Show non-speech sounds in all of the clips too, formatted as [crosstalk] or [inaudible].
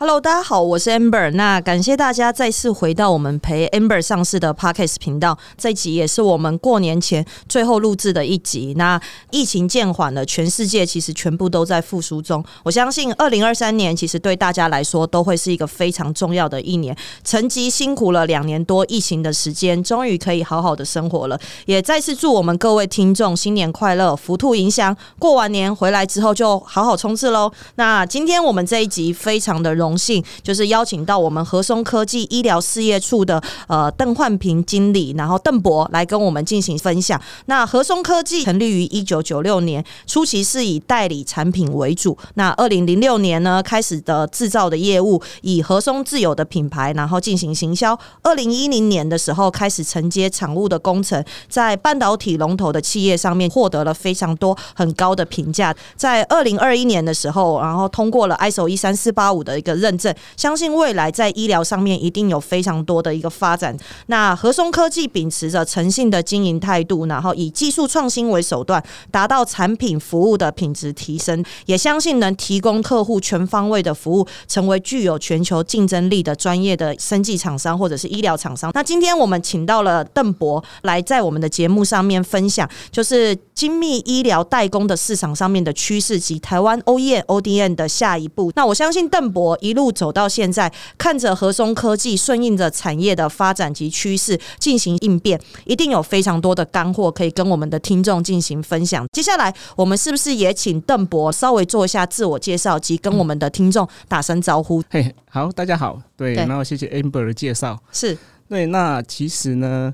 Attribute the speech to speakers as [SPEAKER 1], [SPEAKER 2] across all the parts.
[SPEAKER 1] Hello，大家好，我是 Amber。那感谢大家再次回到我们陪 Amber 上市的 Podcast 频道。这一集也是我们过年前最后录制的一集。那疫情渐缓了，全世界其实全部都在复苏中。我相信二零二三年其实对大家来说都会是一个非常重要的一年。沉寂辛苦了两年多疫情的时间，终于可以好好的生活了。也再次祝我们各位听众新年快乐，福兔迎祥。过完年回来之后就好好冲刺喽。那今天我们这一集非常的荣幸，就是邀请到我们和松科技医疗事业处的呃邓焕平经理，然后邓博来跟我们进行分享。那和松科技成立于一九九六年，初期是以代理产品为主。那二零零六年呢，开始的制造的业务以和松自有的品牌，然后进行行销。二零一零年的时候，开始承接产物的工程，在半导体龙头的企业上面获得了非常多很高的评价。在二零二一年的时候，然后通过了 ISO 一三四八五的一个认证，相信未来在医疗上面一定有非常多的一个发展。那和松科技秉持着诚信的经营态度，然后以技术创新为手段，达到产品服务的品质提升，也相信能提供客户全方位的服务，成为具有全球竞争力的专业的生技厂商或者是医疗厂商。那今天我们请到了邓博来在我们的节目上面分享，就是精密医疗代工的市场上面的趋势及台湾 OEM、ODM 的下一步。那我相信邓博一路走到现在，看着和松科技顺应着产业的发展及趋势进行应变，一定有非常多的干货可以跟我们的听众进行分享。接下来，我们是不是也请邓博稍微做一下自我介绍及跟我们的听众打声招呼？
[SPEAKER 2] 嘿，好，大家好，对，
[SPEAKER 1] 对
[SPEAKER 2] 然后谢谢 Amber 的介绍。
[SPEAKER 1] 是
[SPEAKER 2] 对，那其实呢，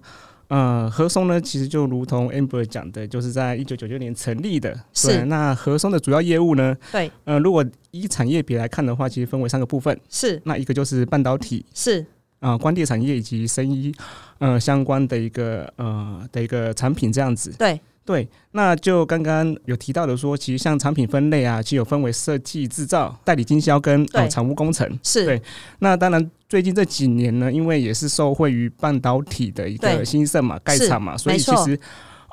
[SPEAKER 2] 呃，和松呢，其实就如同 Amber 讲的，就是在一九九六年成立的。
[SPEAKER 1] 是
[SPEAKER 2] 对那和松的主要业务呢，
[SPEAKER 1] 对，
[SPEAKER 2] 呃，如果依产业别来看的话，其实分为三个部分。
[SPEAKER 1] 是
[SPEAKER 2] 那一个就是半导体
[SPEAKER 1] 是
[SPEAKER 2] 啊、呃光电产业以及生医呃相关的一个呃的一个产品这样子。
[SPEAKER 1] 对，
[SPEAKER 2] 对，那就刚刚有提到的说，其实像产品分类啊，其实有分为设计、制造、代理、经销跟
[SPEAKER 1] 对
[SPEAKER 2] 呃产物工程。
[SPEAKER 1] 是
[SPEAKER 2] 对那当然，最近这几年呢，因为也是受惠于半导体的一
[SPEAKER 1] 对
[SPEAKER 2] 个兴盛嘛，盖
[SPEAKER 1] 是
[SPEAKER 2] 厂嘛，所以
[SPEAKER 1] 没
[SPEAKER 2] 其
[SPEAKER 1] 错
[SPEAKER 2] 实，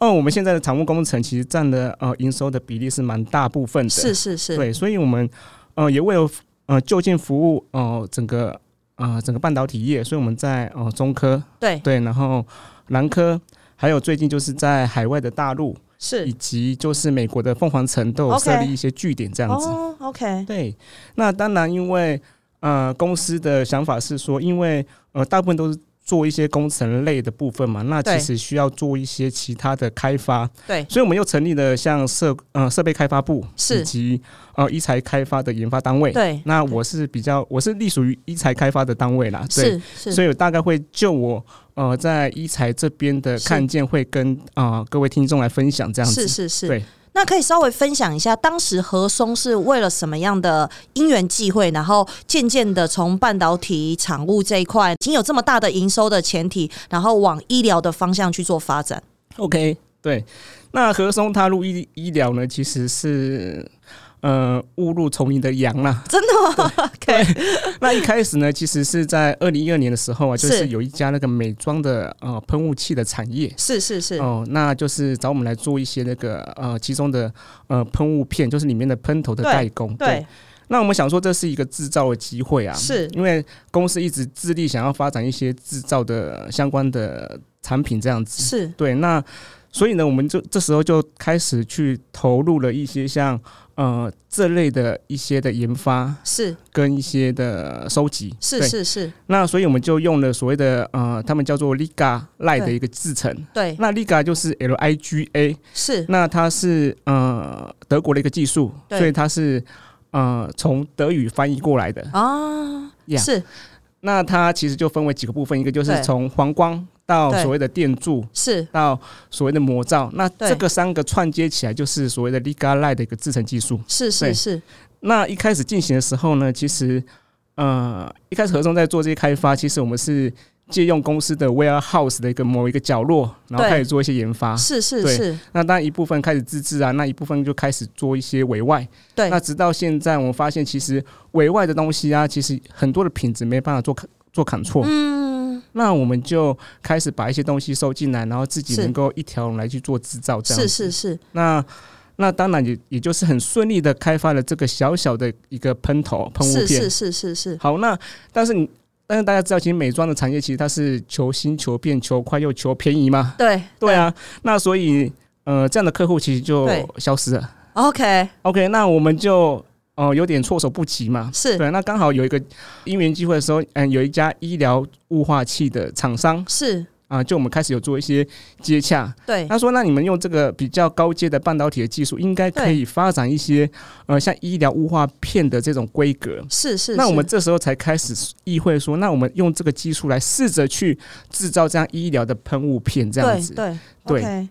[SPEAKER 2] 哦，我们现在的产物工程其实占的呃营收的比例是蛮大部分的，
[SPEAKER 1] 是是是，
[SPEAKER 2] 对，所以我们呃也为了呃就近服务呃整个呃整个半导体业，所以我们在呃中科
[SPEAKER 1] 对
[SPEAKER 2] 对，然后南科，还有最近就是在海外的大陆以
[SPEAKER 1] 是
[SPEAKER 2] 及就是美国的凤凰城都有
[SPEAKER 1] OK
[SPEAKER 2] 设立一些据点这样子。
[SPEAKER 1] 哦，OK，
[SPEAKER 2] 对，那当然，因为呃，公司的想法是说，因为呃，大部分都是做一些工程类的部分嘛，那
[SPEAKER 1] 对
[SPEAKER 2] 其实需要做一些其他的开发，
[SPEAKER 1] 对
[SPEAKER 2] 所以我们又成立了像设呃设备开发部
[SPEAKER 1] 是
[SPEAKER 2] 以及呃一材开发的研发单位。
[SPEAKER 1] 对
[SPEAKER 2] 那我是比较，我是隶属于一材开发的单位啦，对，
[SPEAKER 1] 是是
[SPEAKER 2] 所以我大概会就我呃在一材这边的
[SPEAKER 1] 是
[SPEAKER 2] 看见，会跟啊、呃各位听众来分享这样子。
[SPEAKER 1] 是是是，
[SPEAKER 2] 对
[SPEAKER 1] 那可以稍微分享一下，当时和松是为了什么样的因缘际会，然后渐渐的从半导体产物这一块，已经有这么大的营收的前提，然后往医疗的方向去做发
[SPEAKER 2] [laughs]
[SPEAKER 1] 展。
[SPEAKER 2] OK，对。那和松踏入医医疗呢，其实是呃误入丛林的羊
[SPEAKER 1] [laughs]
[SPEAKER 2] 啦。
[SPEAKER 1] 真的吗？OK，
[SPEAKER 2] 那一开始呢，其实是在二零一二年的时候啊，就是是有一家那个美妆的呃喷雾器的产业。
[SPEAKER 1] 是是是，
[SPEAKER 2] 哦，那就是找我们来做一些那个呃，其中的呃喷雾片，就是里面的喷头的
[SPEAKER 1] 对
[SPEAKER 2] 代工。
[SPEAKER 1] 对，
[SPEAKER 2] 那我们想说这是一个制造的机会啊，
[SPEAKER 1] 是
[SPEAKER 2] 因为公司一直致力想要发展一些制造的相关的产品这样子。
[SPEAKER 1] 是
[SPEAKER 2] 对，那所以呢，我们就这时候就开始去投入了一些像呃这类的一些的研发
[SPEAKER 1] 是
[SPEAKER 2] 跟一些的收集。
[SPEAKER 1] 是
[SPEAKER 2] 对。
[SPEAKER 1] 是是，
[SPEAKER 2] 那所以我们就用了所谓的呃，他们叫做 Liga Lite 的
[SPEAKER 1] 对
[SPEAKER 2] 一个制成。
[SPEAKER 1] 对，
[SPEAKER 2] 那 Liga 就是 LIGA，
[SPEAKER 1] 是
[SPEAKER 2] 那它是呃德国的一个技术，
[SPEAKER 1] 对
[SPEAKER 2] 所以它是呃从德语翻译过来的。
[SPEAKER 1] 啊，
[SPEAKER 2] Yeah
[SPEAKER 1] 是
[SPEAKER 2] 那它其实就分为几个部分，一个就
[SPEAKER 1] 对
[SPEAKER 2] 是从黄光到
[SPEAKER 1] 对
[SPEAKER 2] 所谓的电柱，
[SPEAKER 1] 是
[SPEAKER 2] 到所谓的魔罩，那
[SPEAKER 1] 对
[SPEAKER 2] 这个三个串接起来就是所谓的 Liga Light 的一个制成技术。
[SPEAKER 1] 是是
[SPEAKER 2] 对
[SPEAKER 1] 是，
[SPEAKER 2] 那一开始进行的时候呢，其实呃一开始合众在做这些开发，其实我们是借用公司的 warehouse 的一个某一个角落，然后
[SPEAKER 1] 对
[SPEAKER 2] 开始做一些研发。
[SPEAKER 1] 是是
[SPEAKER 2] 对
[SPEAKER 1] 是，
[SPEAKER 2] 那当然一部分开始自制啊，那一部分就开始做一些委外。
[SPEAKER 1] 对
[SPEAKER 2] 那直到现在，我们发现其实委外的东西啊，其实很多的品质没办法做做砍错。
[SPEAKER 1] 嗯，
[SPEAKER 2] 那我们就开始把一些东西收进来，然后自己
[SPEAKER 1] 是
[SPEAKER 2] 能够一条龙来去做制造，这样
[SPEAKER 1] 是
[SPEAKER 2] 子
[SPEAKER 1] 是是，
[SPEAKER 2] 那那当然也也就是很顺利的开发了这个小小的一个喷头喷雾
[SPEAKER 1] 是
[SPEAKER 2] 片。
[SPEAKER 1] 是是是是，
[SPEAKER 2] 好，那但是你但是大家知道，其实美妆的产业其实它是求新、求变、求快又求便宜嘛。
[SPEAKER 1] 对
[SPEAKER 2] 对啊，那所以呃，这样的客户其实就
[SPEAKER 1] 对
[SPEAKER 2] 消失了。
[SPEAKER 1] ，OK，
[SPEAKER 2] OK，那我们就呃有点措手不及嘛。
[SPEAKER 1] 是
[SPEAKER 2] 对，那刚好有一个因缘机会的时候，嗯，有一家医疗雾化器的厂商
[SPEAKER 1] 是，
[SPEAKER 2] 啊、就我们开始有做一些接洽。
[SPEAKER 1] 对
[SPEAKER 2] 他说：“那你们用这个比较高阶的半导体的技术，应该可以发展一些呃像医疗雾化片的这种规格。”
[SPEAKER 1] 是是，
[SPEAKER 2] 那我们
[SPEAKER 1] 是
[SPEAKER 2] 这时候才开始意会说，那我们用这个技术来试着去制造这样医疗的喷雾片，这样
[SPEAKER 1] 对
[SPEAKER 2] 子。
[SPEAKER 1] 对
[SPEAKER 2] 对
[SPEAKER 1] OK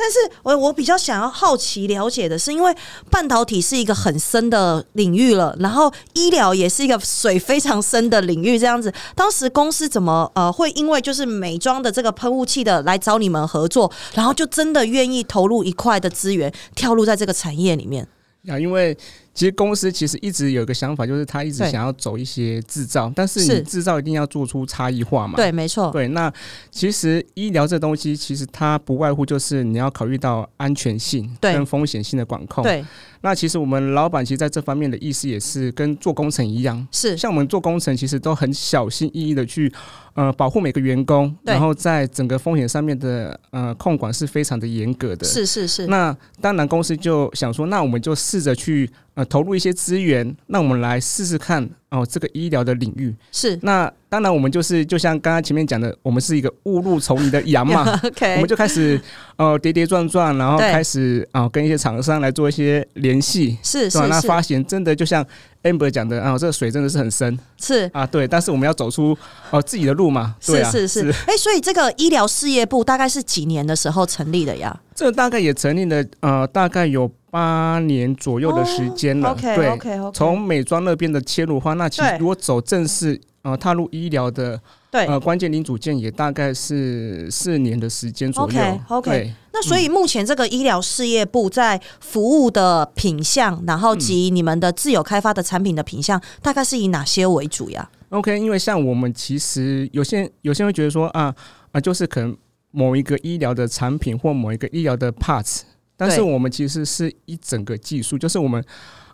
[SPEAKER 1] 但是我我比较想要好奇了解的是，因为半导体是一个很深的领域了，然后医疗也是一个水非常深的领域。这样子，当时公司怎么呃会因为就是美妆的这个喷雾器的来找你们合作，然后就真的愿意投入一块的资源，跳入在这个产业里面？
[SPEAKER 2] 啊，因为其实公司其实一直有一个想法，就是他一直
[SPEAKER 1] 对
[SPEAKER 2] 想要走一些制造，但是
[SPEAKER 1] 是
[SPEAKER 2] 你制造一定要做出差异化嘛。
[SPEAKER 1] 对，没错，
[SPEAKER 2] 对，那其实医疗这东西，其实它不外乎就是你要考虑到安全性
[SPEAKER 1] 对
[SPEAKER 2] 跟风险性的管控。
[SPEAKER 1] 对，
[SPEAKER 2] 那其实我们老板其实在这方面的意思也是跟做工程一样，
[SPEAKER 1] 是
[SPEAKER 2] 像我们做工程，其实都很小心翼翼的去呃保护每个员工，
[SPEAKER 1] 对
[SPEAKER 2] 然后在整个风险上面的呃控管是非常的严格的。。
[SPEAKER 1] 是是是，
[SPEAKER 2] 那当然，公司就想说，那我们就试着去呃投入一些资源，那我们来试试看哦、这个医疗的领域。
[SPEAKER 1] 是
[SPEAKER 2] 那当然，我们就是就像刚刚前面讲的，我们是一个误入丛林的
[SPEAKER 1] [laughs]
[SPEAKER 2] 羊嘛，
[SPEAKER 1] OK，
[SPEAKER 2] 我们就开始呃跌跌撞撞，然后
[SPEAKER 1] 对
[SPEAKER 2] 开始啊、跟一些厂商来做一些联系，
[SPEAKER 1] 是
[SPEAKER 2] 对吧、啊
[SPEAKER 1] 是
[SPEAKER 2] 那
[SPEAKER 1] 是
[SPEAKER 2] 发现真的就像 Amber 讲的啊、这个水真的是很深，
[SPEAKER 1] 是。
[SPEAKER 2] 啊，对，但是我们要走出呃自己的路嘛，对
[SPEAKER 1] 是
[SPEAKER 2] 啊，
[SPEAKER 1] 是是，哎、所以这个医疗事业部大概是几年的时候成立的呀？
[SPEAKER 2] 这大概也成立了呃大概有八年左右的时间了，
[SPEAKER 1] 哦 OK
[SPEAKER 2] 嗯对
[SPEAKER 1] OK OK，
[SPEAKER 2] 从美妆那边的切入的话，那其实
[SPEAKER 1] 对
[SPEAKER 2] 如果走正式呃踏入医疗的
[SPEAKER 1] 对、
[SPEAKER 2] 呃关键零组件，也大概是四年的时间左右
[SPEAKER 1] OK，OK
[SPEAKER 2] 对
[SPEAKER 1] 那所
[SPEAKER 2] 嗯
[SPEAKER 1] 以目前这个医疗事业部在服务的品项，然
[SPEAKER 2] 嗯
[SPEAKER 1] 后及你们的自有开发的产品的品项，大概是以哪些为主呀？
[SPEAKER 2] OK，因为像我们其实有些人有些人会觉得说啊啊，就是可能某一个医疗的产品或某一个医疗的 parts，但是
[SPEAKER 1] 对
[SPEAKER 2] 我们其实是一整个技术，就是我们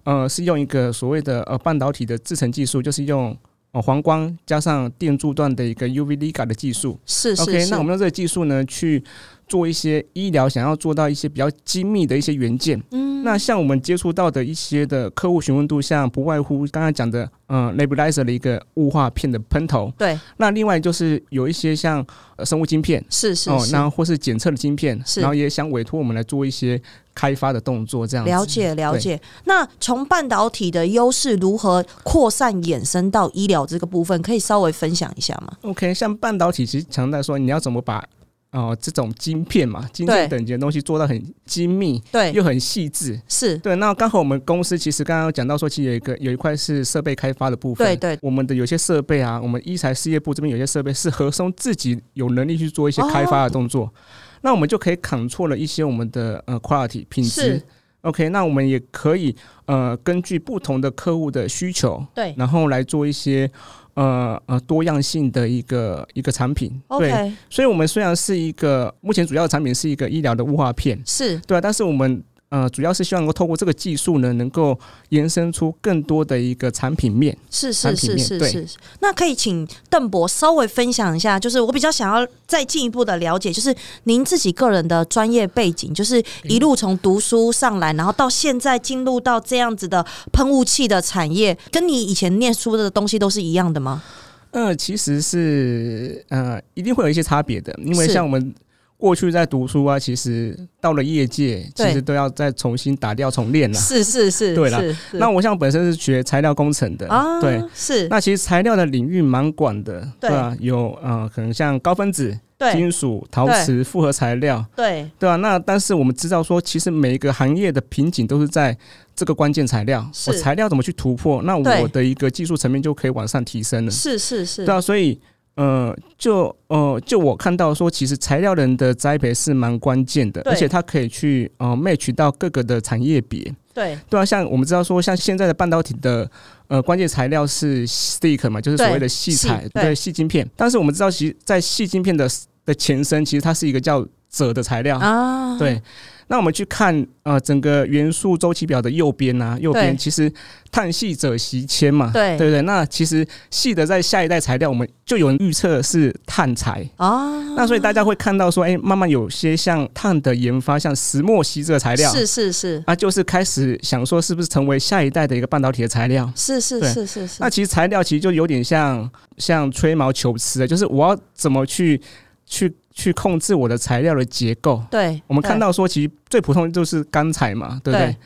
[SPEAKER 2] 呃是用一个所谓的呃半导体的制成技术，就是用。呃黄光加上电阻断的一个 UV Liga 的技术
[SPEAKER 1] 是是是
[SPEAKER 2] ，OK，那我们用这个技术呢去做一些医疗想要做到一些比较精密的一些元件，
[SPEAKER 1] 嗯
[SPEAKER 2] 那像我们接触到的一些的客户询问度，像不外乎刚才讲的，嗯、l a b e l i z e r 的一个雾化片的喷头。
[SPEAKER 1] 对
[SPEAKER 2] 那另外就是有一些像、呃生物晶片
[SPEAKER 1] 是是
[SPEAKER 2] 哦，
[SPEAKER 1] 是、
[SPEAKER 2] 然后或是检测的晶片，
[SPEAKER 1] 是
[SPEAKER 2] 然后也想委托我们来做一些开发的动作，这样子
[SPEAKER 1] 了。解了解。那从半导体的优势如何扩散衍生到医疗这个部分，可以稍微分享一下吗？
[SPEAKER 2] OK，像半导体其实强调说你要怎么把哦、这种晶片嘛，晶片
[SPEAKER 1] 对
[SPEAKER 2] 等级的东西做到很精密
[SPEAKER 1] 对，
[SPEAKER 2] 又很细致。
[SPEAKER 1] 是
[SPEAKER 2] 对，那刚好我们公司其实刚刚有讲到说，其实有一个有一块是设备开发的部分。
[SPEAKER 1] 对对
[SPEAKER 2] 我们的有些设备啊，我们一材事业部这边有些设备是合松自己有能力去做一些开
[SPEAKER 1] 哦
[SPEAKER 2] 发的动作，那我们就可以扛错了一些我们的呃 quality 品质
[SPEAKER 1] 是。
[SPEAKER 2] OK，那我们也可以呃根据不同的客户的需求，
[SPEAKER 1] 对
[SPEAKER 2] 然后来做一些呃呃多样性的一个一个产品。对，
[SPEAKER 1] ，OK，
[SPEAKER 2] 所以我们虽然是一个目前主要的产品是一个医疗的雾化片，
[SPEAKER 1] 是
[SPEAKER 2] 对啊，但是我们呃主要是希望能够透过这个技术呢，能够延伸出更多的一个产品面。
[SPEAKER 1] 是是
[SPEAKER 2] 产品
[SPEAKER 1] 是
[SPEAKER 2] 面
[SPEAKER 1] 是
[SPEAKER 2] 对
[SPEAKER 1] 是，那可以请邓博稍微分享一下，就是我比较想要再进一步的了解，就是您自己个人的专业背景，就是
[SPEAKER 2] 嗯
[SPEAKER 1] 一路从读书上来，然后到现在进入到这样子的喷雾器的产业，跟你以前念书的东西都是一样的吗？
[SPEAKER 2] 呃，其实是呃，一定会有一些差别的，因为
[SPEAKER 1] 是
[SPEAKER 2] 像我们过去在读书啊，其实到了业界，其
[SPEAKER 1] 对
[SPEAKER 2] 实都要再重新打掉重练了。
[SPEAKER 1] 是是是，
[SPEAKER 2] 嗯对啦
[SPEAKER 1] 是
[SPEAKER 2] 那我像本身是学材料工程的，
[SPEAKER 1] 啊，
[SPEAKER 2] 对。，
[SPEAKER 1] 是，
[SPEAKER 2] 那其实材料的领域蛮广的，
[SPEAKER 1] 对
[SPEAKER 2] 吧？有呃，可能像高分子、
[SPEAKER 1] 对
[SPEAKER 2] 金属、陶瓷、复合材料，
[SPEAKER 1] 对
[SPEAKER 2] 对啊，那但是我们知道说，其实每一个行业的瓶颈都是在这个关键材料，
[SPEAKER 1] 是
[SPEAKER 2] 我材料怎么去突破，那
[SPEAKER 1] 对
[SPEAKER 2] 我的一个技术层面就可以往上提升了。
[SPEAKER 1] 是是是
[SPEAKER 2] 对，啊，所以呃，就呃，就我看到说，其实材料人的栽培是蛮关键的，
[SPEAKER 1] 对
[SPEAKER 2] 而且它可以去呃 match 到各个的产业别。
[SPEAKER 1] 对
[SPEAKER 2] 对啊，像我们知道说，像现在的半导体的呃关键材料是 stick 嘛，就是所谓
[SPEAKER 1] 对
[SPEAKER 2] 的细
[SPEAKER 1] 细
[SPEAKER 2] 材，
[SPEAKER 1] 对
[SPEAKER 2] 对细晶片。但是我们知道，其实在细晶片的的前身，其实它是一个叫锗的材料。
[SPEAKER 1] 啊，
[SPEAKER 2] 对，那我们去看呃整个元素周期表的右边啊，右边
[SPEAKER 1] 对
[SPEAKER 2] 其实碳系者习铅嘛，
[SPEAKER 1] 对
[SPEAKER 2] 对不对？那其实系的在下一代材料，我们就有人预测是碳材。
[SPEAKER 1] 啊，
[SPEAKER 2] 那所以大家会看到说，哎、慢慢有些像碳的研发，像石墨烯这个材料，
[SPEAKER 1] 是是是
[SPEAKER 2] 啊，就是开始想说是不是成为下一代的一个半导体的材料。
[SPEAKER 1] 是是
[SPEAKER 2] 对
[SPEAKER 1] 是是是
[SPEAKER 2] 那，其实材料其实就有点像像吹毛求疵的，就是我要怎么去去去控制我的材料的结构。
[SPEAKER 1] 对，
[SPEAKER 2] 我们
[SPEAKER 1] 对
[SPEAKER 2] 看到说，其实最普通的就是钢材嘛，对不对？
[SPEAKER 1] 对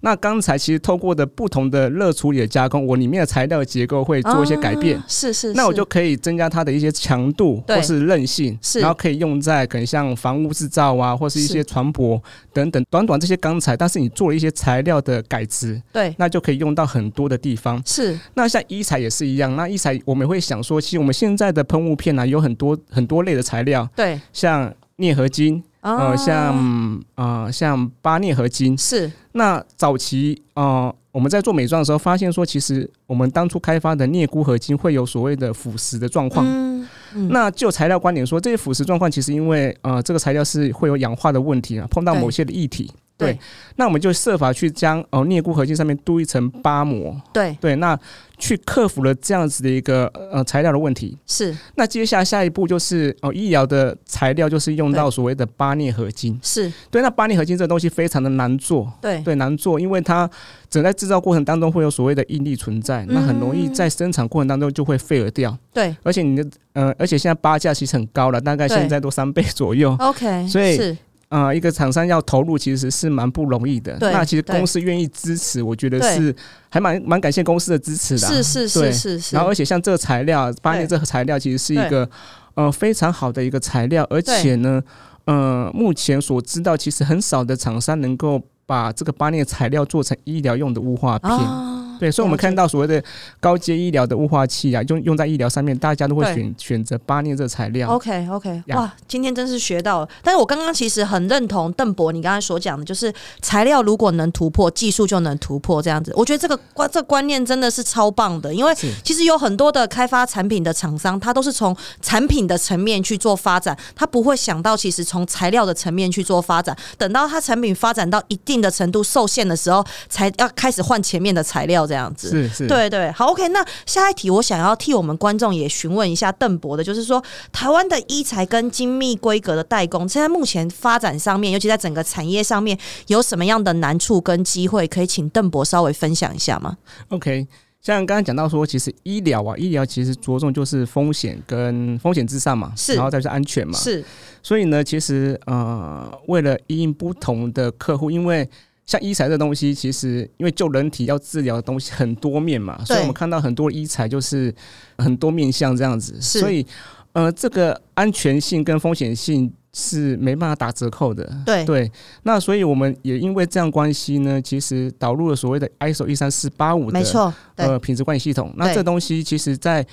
[SPEAKER 2] 那钢材其实透过的不同的热处理的加工，我里面的材料结构会做一些改变
[SPEAKER 1] 啊，是是，
[SPEAKER 2] 那我就是可以增加它的一些强度
[SPEAKER 1] 对
[SPEAKER 2] 或是韧性，
[SPEAKER 1] 是
[SPEAKER 2] 然后可以用在可能像房屋制造啊，或是一
[SPEAKER 1] 是
[SPEAKER 2] 些船舶等等，短短这些钢材，但是你做了一些材料的改值，
[SPEAKER 1] 对
[SPEAKER 2] 那就可以用到很多的地方。
[SPEAKER 1] 是
[SPEAKER 2] 那像医材也是一样，那医材我们会想说，其实我们现在的喷雾片呢、啊有很多很多类的材料，
[SPEAKER 1] 对
[SPEAKER 2] 像镍合金，
[SPEAKER 1] 啊
[SPEAKER 2] 呃，像呃像八镍合金。
[SPEAKER 1] 是
[SPEAKER 2] 那早期呃我们在做美妆的时候，发现说，其实我们当初开发的镍钴合金会有所谓的腐蚀的状况。
[SPEAKER 1] 嗯嗯
[SPEAKER 2] 那就材料观点说，这些腐蚀状况其实因为呃这个材料是会有氧化的问题啊，碰到
[SPEAKER 1] 对
[SPEAKER 2] 某些的液体。
[SPEAKER 1] 对
[SPEAKER 2] 对，那我们就设法去将哦镍钴合金上面镀一层巴膜，
[SPEAKER 1] 对
[SPEAKER 2] 对，那去克服了这样子的一个呃材料的问题。
[SPEAKER 1] 是
[SPEAKER 2] 那接下来下一步就是哦、医疗的材料就是用到所谓的八镍合金。
[SPEAKER 1] 是
[SPEAKER 2] 对，那八镍合金这个东西非常的难做。
[SPEAKER 1] 对
[SPEAKER 2] 对，难做，因为它整个在制造过程当中会有所谓的应力存在，那很容
[SPEAKER 1] 嗯
[SPEAKER 2] 易在生产过程当中就会废了掉。
[SPEAKER 1] 对
[SPEAKER 2] 而且你的呃，而且现在八价其实很高了，大概
[SPEAKER 1] 对哦
[SPEAKER 2] 现在都三倍左右。
[SPEAKER 1] ，OK，
[SPEAKER 2] 所以
[SPEAKER 1] 是
[SPEAKER 2] 啊、一个厂商要投入其实是蛮不容易的。
[SPEAKER 1] 对
[SPEAKER 2] 那其实
[SPEAKER 1] 对
[SPEAKER 2] 公司愿意支持，我觉得
[SPEAKER 1] 对
[SPEAKER 2] 是还蛮蛮感谢公司的支持的啊、
[SPEAKER 1] 是是是
[SPEAKER 2] 对
[SPEAKER 1] 是是，
[SPEAKER 2] 然后而且像这个材料，八年这个材料其实是一个呃非常好的一个材料，而且呢，
[SPEAKER 1] 嗯
[SPEAKER 2] 呃，目前所知道其实很少的厂商能够把这个八年材料做成医疗用的雾化片。
[SPEAKER 1] 啊
[SPEAKER 2] 对，所以我们
[SPEAKER 1] 了解
[SPEAKER 2] 看到所谓的高阶医疗的雾化器啊，用用在医疗上面，大家都会
[SPEAKER 1] 对哦
[SPEAKER 2] 选选择八年这个材料。
[SPEAKER 1] OK OK，
[SPEAKER 2] 呀
[SPEAKER 1] 哇，今天真是学到了。但是我刚刚其实很认同邓博你刚才所讲的，就是材料如果能突破，技术就能突破这样子。我觉得这个观这个观念真的是超棒的，因为
[SPEAKER 2] 是
[SPEAKER 1] 其实有很多的开发产品的厂商，他都是从产品的层面去做发展，他不会想到其实从材料的层面去做发展。等到他产品发展到一定的程度受限的时候，才要开始换前面的材料这样子。
[SPEAKER 2] 是是，
[SPEAKER 1] 对对，好，OK。那下一题，我想要替我们观众也询问一下邓博的，就是说台湾的医材跟精密规格的代工，现在目前发展上面，尤其在整个产业上面，有什么样的难处跟机会，可以请邓博稍微分享一下吗？
[SPEAKER 2] OK。像刚刚讲到说，其实医疗啊，医疗其实着重就是风险跟风险至上嘛，
[SPEAKER 1] 是
[SPEAKER 2] 然后再是安全嘛，
[SPEAKER 1] 是
[SPEAKER 2] 所以呢，其实呃，为了因应不同的客户，因为像医材这东西，其实因为就人体要治疗的东西很多面嘛，所以我们看到很多医材就是很多面向这样子，
[SPEAKER 1] 是
[SPEAKER 2] 所以呃，这个安全性跟风险性是没办法打折扣的。
[SPEAKER 1] 对
[SPEAKER 2] 对，那所以我们也因为这样关系呢，其实导入了所谓的 ISO 一三四八五的
[SPEAKER 1] 没错，对、
[SPEAKER 2] 呃品质管理系统。那
[SPEAKER 1] 对
[SPEAKER 2] 这东西其实，在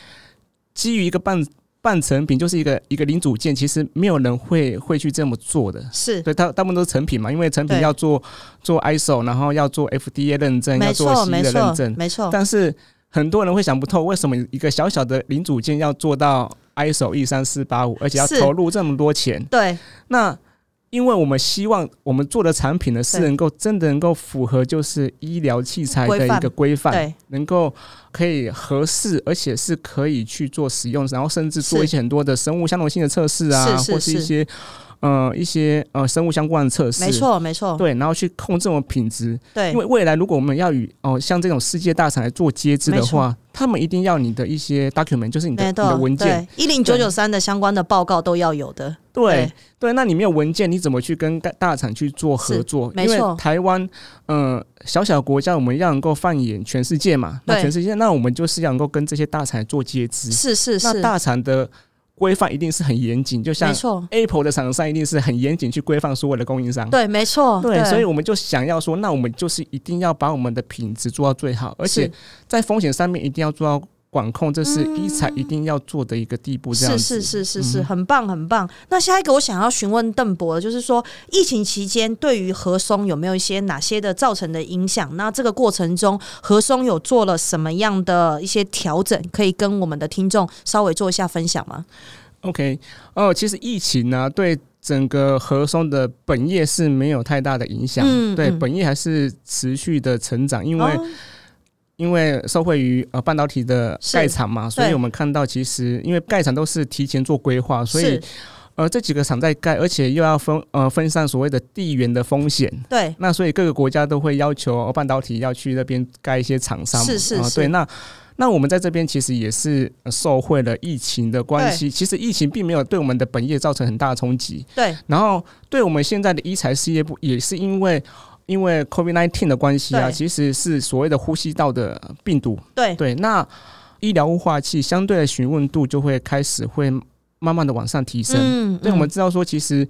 [SPEAKER 2] 基于一个半半成品，就是一个一个零组件，其实没有人会会去这么做的。
[SPEAKER 1] 是。
[SPEAKER 2] 对，大大部分都是成品嘛，因为成品
[SPEAKER 1] 对
[SPEAKER 2] 要做做 ISO，然后要做 FDA 认证，要
[SPEAKER 1] 没
[SPEAKER 2] 做
[SPEAKER 1] 错，
[SPEAKER 2] CE
[SPEAKER 1] 没
[SPEAKER 2] 的认
[SPEAKER 1] 错，
[SPEAKER 2] 证。
[SPEAKER 1] 没错，
[SPEAKER 2] 但是很多人会想不透，为什么一个小小的零组件要做到 ISO 一三四八五，而且要
[SPEAKER 1] 是
[SPEAKER 2] 投入这么多钱？
[SPEAKER 1] 对，
[SPEAKER 2] 那因为我们希望我们做的产品呢，是
[SPEAKER 1] 对
[SPEAKER 2] 能够真的能够符合就是医疗器材的
[SPEAKER 1] 规范
[SPEAKER 2] 一个规范，
[SPEAKER 1] 对，
[SPEAKER 2] 能够可以合适，而且是可以去做使用，然后甚至做
[SPEAKER 1] 是
[SPEAKER 2] 一些很多的生物相容性的测试啊，
[SPEAKER 1] 是是
[SPEAKER 2] 或是一
[SPEAKER 1] 是
[SPEAKER 2] 些呃一些呃生物相关的测试，
[SPEAKER 1] 没，错，没错，
[SPEAKER 2] 对，然后去控制我们品质。
[SPEAKER 1] 对
[SPEAKER 2] 因，为未来如果我们要与哦、像这种世界大厂来做接枝
[SPEAKER 1] 没
[SPEAKER 2] 的
[SPEAKER 1] 错
[SPEAKER 2] 话，他们一定要你的一些 document，就是你的
[SPEAKER 1] 没
[SPEAKER 2] 你的
[SPEAKER 1] 错，
[SPEAKER 2] 文件嗯
[SPEAKER 1] 对，，一零九九三的相关的报告都要有的，
[SPEAKER 2] 对对，那你没有文件，你怎么去跟大大厂去做合
[SPEAKER 1] 是
[SPEAKER 2] 作？
[SPEAKER 1] 没
[SPEAKER 2] 因为
[SPEAKER 1] 错
[SPEAKER 2] 台湾，呃，小小国家，我们要能够放眼全世界嘛。那
[SPEAKER 1] 对
[SPEAKER 2] 全世界，那我们就是要能够跟这些大厂做接枝。
[SPEAKER 1] 是是
[SPEAKER 2] 那
[SPEAKER 1] 是，
[SPEAKER 2] 大厂的规范一定是很严谨，就
[SPEAKER 1] 没
[SPEAKER 2] 像
[SPEAKER 1] 错，
[SPEAKER 2] Apple 的厂商一定是很严谨去规范所有的供应商。
[SPEAKER 1] 对，没错，
[SPEAKER 2] 对，所以我们就想要说，那我们就是一定要把我们的品质做到最好，而且
[SPEAKER 1] 是
[SPEAKER 2] 在风险上面一定要做到管控，这是一才一定要做的一个地步。这样
[SPEAKER 1] 是
[SPEAKER 2] 子嗯
[SPEAKER 1] 是是是是，很棒很棒。那下一个我想要询问邓博的，就是说疫情期间对于和松有没有一些哪些的造成的影响？那这个过程中，和松有做了什么样的一些调整？可以跟我们的听众稍微做一下分享吗？
[SPEAKER 2] OK，哦，其实疫情呢、对整个核松的本业是没有太大的影响，
[SPEAKER 1] 嗯
[SPEAKER 2] 对，
[SPEAKER 1] 嗯
[SPEAKER 2] 本业还是持续的成长，因为、
[SPEAKER 1] 哦
[SPEAKER 2] 因为受惠于呃半导体的
[SPEAKER 1] 是
[SPEAKER 2] 盖厂嘛，所以
[SPEAKER 1] 对
[SPEAKER 2] 我们看到其实因为盖厂都是提前做规划，所以
[SPEAKER 1] 是
[SPEAKER 2] 呃这几个厂在盖，而且又要分呃分散所谓的地缘的风险，
[SPEAKER 1] 对
[SPEAKER 2] 那所以各个国家都会要求半导体要去那边盖一些厂商嘛，
[SPEAKER 1] 是是
[SPEAKER 2] 啊
[SPEAKER 1] 是
[SPEAKER 2] 对，那那我们在这边其实也是呃受惠了疫情的关
[SPEAKER 1] 嗯
[SPEAKER 2] 系，其实疫情并没有对我们的本业造成很大的冲击，
[SPEAKER 1] 对
[SPEAKER 2] 然后对我们现在的医材事业部也是因为。因为 COVID-19 的关系啊，
[SPEAKER 1] 对
[SPEAKER 2] 其实是所谓的呼吸道的病毒。
[SPEAKER 1] 对
[SPEAKER 2] 对，那医疗雾化器相对的询问度就会开始会慢慢的往上提升。
[SPEAKER 1] 嗯
[SPEAKER 2] 对，我们
[SPEAKER 1] 嗯
[SPEAKER 2] 知道说，其实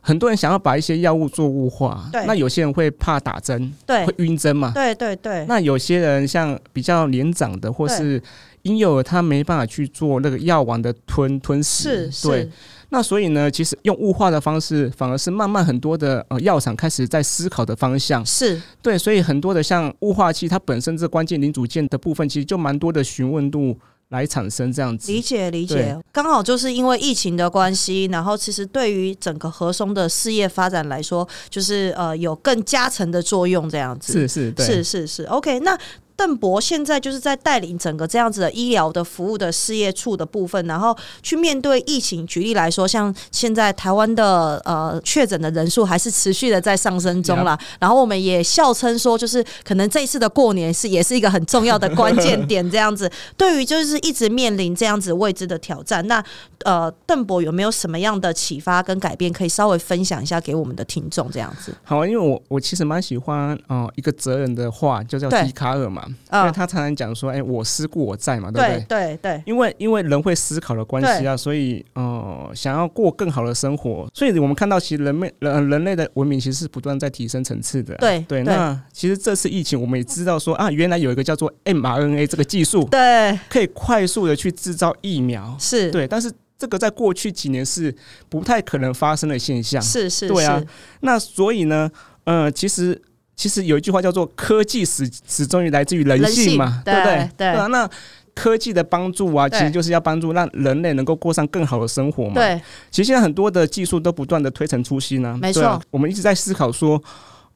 [SPEAKER 2] 很多人想要把一些药物做雾化，
[SPEAKER 1] 对
[SPEAKER 2] 那有些人会怕打针，
[SPEAKER 1] 对
[SPEAKER 2] 会晕针嘛。
[SPEAKER 1] 对对对，
[SPEAKER 2] 那有些人像比较年长的或是婴幼儿，他没办法去做那个药丸的吞吞食，
[SPEAKER 1] 是
[SPEAKER 2] 对
[SPEAKER 1] 是。，
[SPEAKER 2] 那所以呢，其实用雾化的方式，反而是慢慢很多的呃药厂开始在思考的方向。
[SPEAKER 1] 是
[SPEAKER 2] 对，所以很多的像雾化器，它本身这关键零组件的部分，其实就蛮多的询问度来产生这样子。
[SPEAKER 1] 理解理解
[SPEAKER 2] 对，
[SPEAKER 1] 刚好就是因为疫情的关系，然后其实对于整个和松的事业发展来说，就是呃有更加成的作用这样子。
[SPEAKER 2] 是是，对，
[SPEAKER 1] 是是是，OK，那。邓博现在就是在带领整个这样子的医疗的服务的事业处的部分，然后去面对疫情。举例来说，像现在台湾的呃确诊的人数还是持续的在上升中啦。然后我们也笑称说，就是可能这一次的过年是也是一个很重要的关
[SPEAKER 2] [laughs]
[SPEAKER 1] 键点，这样子。对于就是一直面临这样子未知的挑战，那呃邓博有没有什么样的启发跟改变，可以稍微分享一下给我们的听众这样子？
[SPEAKER 2] 好，因为我我其实蛮喜欢呃一个哲人的话，就叫
[SPEAKER 1] 对
[SPEAKER 2] 笛卡尔嘛，因为
[SPEAKER 1] 啊、
[SPEAKER 2] 他常常讲说，哎、我思故我在嘛，对不对？
[SPEAKER 1] 对对对，
[SPEAKER 2] 因为因为人会思考的关系啊，所以呃，想要过更好的生活，所以我们看到其实人类呃人人类的文明其实是不断在提升层次的啊、
[SPEAKER 1] 对对
[SPEAKER 2] 对，那其实这次疫情我们也知道说啊，原来有一个叫做 mRNA 这个技术，
[SPEAKER 1] 对，
[SPEAKER 2] 可以快速的去制造疫苗，
[SPEAKER 1] 是，
[SPEAKER 2] 对，但是这个在过去几年是不太可能发生的现象。
[SPEAKER 1] 是是，
[SPEAKER 2] 对啊
[SPEAKER 1] 是，
[SPEAKER 2] 那所以呢，呃，其实其实有一句话叫做“科技始始终于来自于人性”嘛，
[SPEAKER 1] 人性
[SPEAKER 2] 对不对？
[SPEAKER 1] 对对
[SPEAKER 2] 啊，那科技的帮助啊，其
[SPEAKER 1] 对
[SPEAKER 2] 实就是要帮助让人类能够过上更好的生活嘛。，
[SPEAKER 1] 对，
[SPEAKER 2] 其实现在很多的技术都不断的推陈出新呢、
[SPEAKER 1] 没
[SPEAKER 2] 对啊
[SPEAKER 1] 错
[SPEAKER 2] 我们一直在思考说。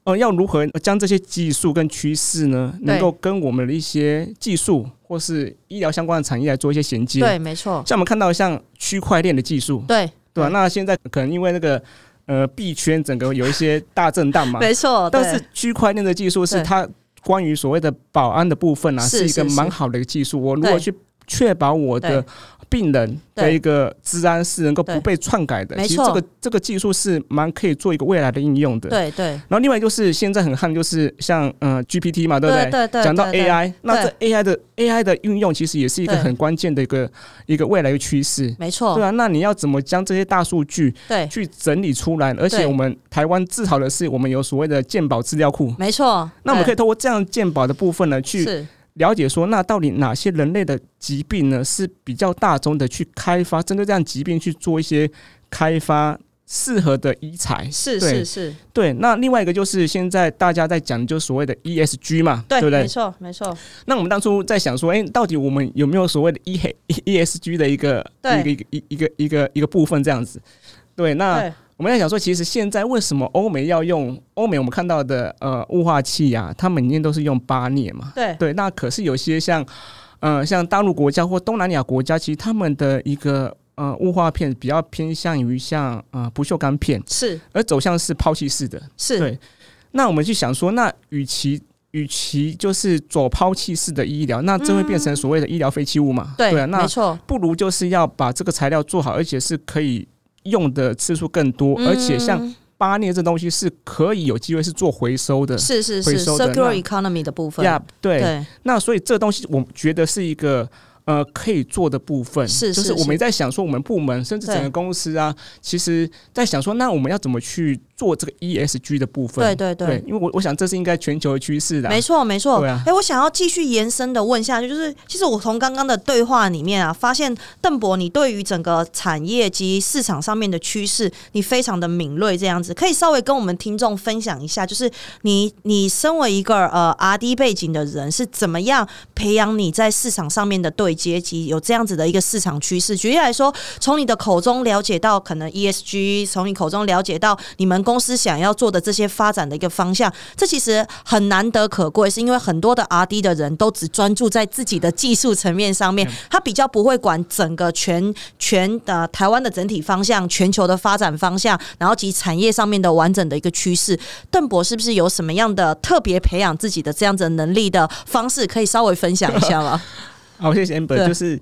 [SPEAKER 2] 呃，要如何将这些技术跟趋势呢，
[SPEAKER 1] 对
[SPEAKER 2] 能够跟我们的一些技术或是医疗相关的产业来做一些衔接？
[SPEAKER 1] 对，没错，
[SPEAKER 2] 像我们看到像区块链的技术，
[SPEAKER 1] 对，
[SPEAKER 2] 对吧、啊
[SPEAKER 1] 对
[SPEAKER 2] 那现在可能因为那个呃币圈整个有一些大震荡嘛，
[SPEAKER 1] 没错，[laughs]
[SPEAKER 2] 但
[SPEAKER 1] 对
[SPEAKER 2] 是区块链的技术是
[SPEAKER 1] 对
[SPEAKER 2] 它关于所谓的保安的部分啊，
[SPEAKER 1] 是
[SPEAKER 2] 是一个
[SPEAKER 1] 是是
[SPEAKER 2] 蛮好的一个技术。我如何
[SPEAKER 1] 对
[SPEAKER 2] 去确保我的病人的
[SPEAKER 1] 对
[SPEAKER 2] 一个治安是能够
[SPEAKER 1] 对
[SPEAKER 2] 不被篡改的？
[SPEAKER 1] 没
[SPEAKER 2] 其实
[SPEAKER 1] 错
[SPEAKER 2] 这个这个技术是蛮可以做一个未来的应用的。
[SPEAKER 1] 对对
[SPEAKER 2] 然后另外就是现在很看就是像呃 GPT 嘛，对不
[SPEAKER 1] 对对对，
[SPEAKER 2] 讲到
[SPEAKER 1] 对对
[SPEAKER 2] AI，那这 AI 的 AI 的运用其实也是一个
[SPEAKER 1] 对
[SPEAKER 2] 很关键的一个一个未来的趋势。
[SPEAKER 1] 没错
[SPEAKER 2] 对，啊，那你要怎么将这些大数据
[SPEAKER 1] 哦对，
[SPEAKER 2] 去整理出来？而且
[SPEAKER 1] 对
[SPEAKER 2] 我们台湾自豪的是，我们有所谓的鉴宝资料库。
[SPEAKER 1] 没错，
[SPEAKER 2] 那我们可
[SPEAKER 1] 对
[SPEAKER 2] 以透过这样鉴宝的部分呢，去
[SPEAKER 1] 是
[SPEAKER 2] 了解说，那到底哪些人类的疾病呢是比较大众的去开发，针对这样疾病去做一些开发适合的医材。
[SPEAKER 1] 是
[SPEAKER 2] 对
[SPEAKER 1] 是是，
[SPEAKER 2] 对，那另外一个就是现在大家在讲，就是所谓的 ESG 嘛，
[SPEAKER 1] 对，
[SPEAKER 2] 不对
[SPEAKER 1] 没？错没错，
[SPEAKER 2] 那我们当初在想说，哎、到底我们有没有所谓的 E E S G 的一个
[SPEAKER 1] 对
[SPEAKER 2] 一个一个一一个一个一个部分这样子？对，那
[SPEAKER 1] 对
[SPEAKER 2] 我们在想说，其实现在为什么欧美要用欧美我们看到的呃雾化器啊，它每年都是用八年嘛？
[SPEAKER 1] 对
[SPEAKER 2] 对，那可是有些像呃像大陆国家或东南亚国家，其实他们的一个呃雾化片比较偏向于像呃不锈钢片，
[SPEAKER 1] 是
[SPEAKER 2] 而走向是抛弃式的。
[SPEAKER 1] 是，
[SPEAKER 2] 对，那我们就想说，那与其与其就是走抛弃式的医疗，那这会变成所谓的医疗废弃物嘛？
[SPEAKER 1] 嗯对
[SPEAKER 2] 啊，那
[SPEAKER 1] 没错，
[SPEAKER 2] 不如就是要把这个材料做好，而且是可以用的次数更多，而且像
[SPEAKER 1] 嗯
[SPEAKER 2] 八镍这东西是可以有机会是做回收的。
[SPEAKER 1] 是是
[SPEAKER 2] 回
[SPEAKER 1] 是
[SPEAKER 2] 收的
[SPEAKER 1] circular
[SPEAKER 2] 那
[SPEAKER 1] economy 的部分，
[SPEAKER 2] 呀对，
[SPEAKER 1] 对
[SPEAKER 2] 那所以这东西我觉得是一个呃可以做的部分，
[SPEAKER 1] 是
[SPEAKER 2] 就是是我
[SPEAKER 1] 是
[SPEAKER 2] 们在想说我们部门甚至整个
[SPEAKER 1] 对
[SPEAKER 2] 公司啊，其实在想说那我们要怎么去做这个 ESG 的部分。
[SPEAKER 1] 对对对，
[SPEAKER 2] 因为我我想这是应该全球的趋势啦。
[SPEAKER 1] 没错，没错。
[SPEAKER 2] 对
[SPEAKER 1] 哎、
[SPEAKER 2] 啊
[SPEAKER 1] 我想要继续延伸的问下去，就是其实我从刚刚的对话里面啊，发现邓博你对于整个产业及市场上面的趋势，你非常的敏锐，这样子可以稍微跟我们听众分享一下，就是你你身为一个呃 R D 背景的人，是怎么样培养你在市场上面的对接及有这样子的一个市场趋势？举例来说，从你的口中了解到可能 ESG，从你口中了解到你们公司想要做的这些发展的一个方向，这其实很难得可贵，是因为很多的 R D 的人都只专注在自己的技术层面上
[SPEAKER 2] 嗯
[SPEAKER 1] 面，他比较不会管整个全全的、呃台湾的整体方向、全球的发展方向，然后及产业上面的完整的一个趋势。邓博是不是有什么样的特别培养自己的这样子的能力的方式，可以稍微分享一下
[SPEAKER 2] [laughs]
[SPEAKER 1] 吗？
[SPEAKER 2] 好，谢谢 Amber。
[SPEAKER 1] 对
[SPEAKER 2] 就是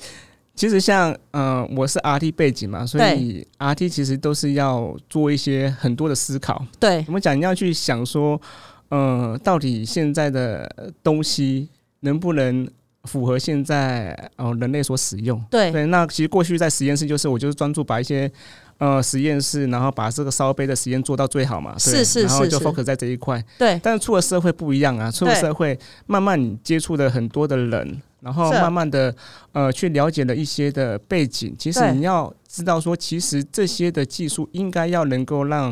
[SPEAKER 2] 其实像嗯、呃我是 RT 背景嘛，所以 RT 其实都是要做一些很多的思考。
[SPEAKER 1] 对
[SPEAKER 2] 我们讲你要去想说，呃，到底现在的东西能不能符合现在哦、呃人类所使用？
[SPEAKER 1] 对
[SPEAKER 2] 对，那其实过去在实验室就是我就是专注把一些呃实验室，然后把这个烧杯的实验做到最好嘛，对
[SPEAKER 1] 是是
[SPEAKER 2] 然后
[SPEAKER 1] 是
[SPEAKER 2] 就是 focus 在这一块。
[SPEAKER 1] 对
[SPEAKER 2] 但是出了社会不一样啊，出了
[SPEAKER 1] 对
[SPEAKER 2] 社会慢慢你接触了很多的人，然后
[SPEAKER 1] 是
[SPEAKER 2] 慢慢的呃去了解了一些的背景，其实
[SPEAKER 1] 对
[SPEAKER 2] 你要知道说，其实这些的技术应该要能够让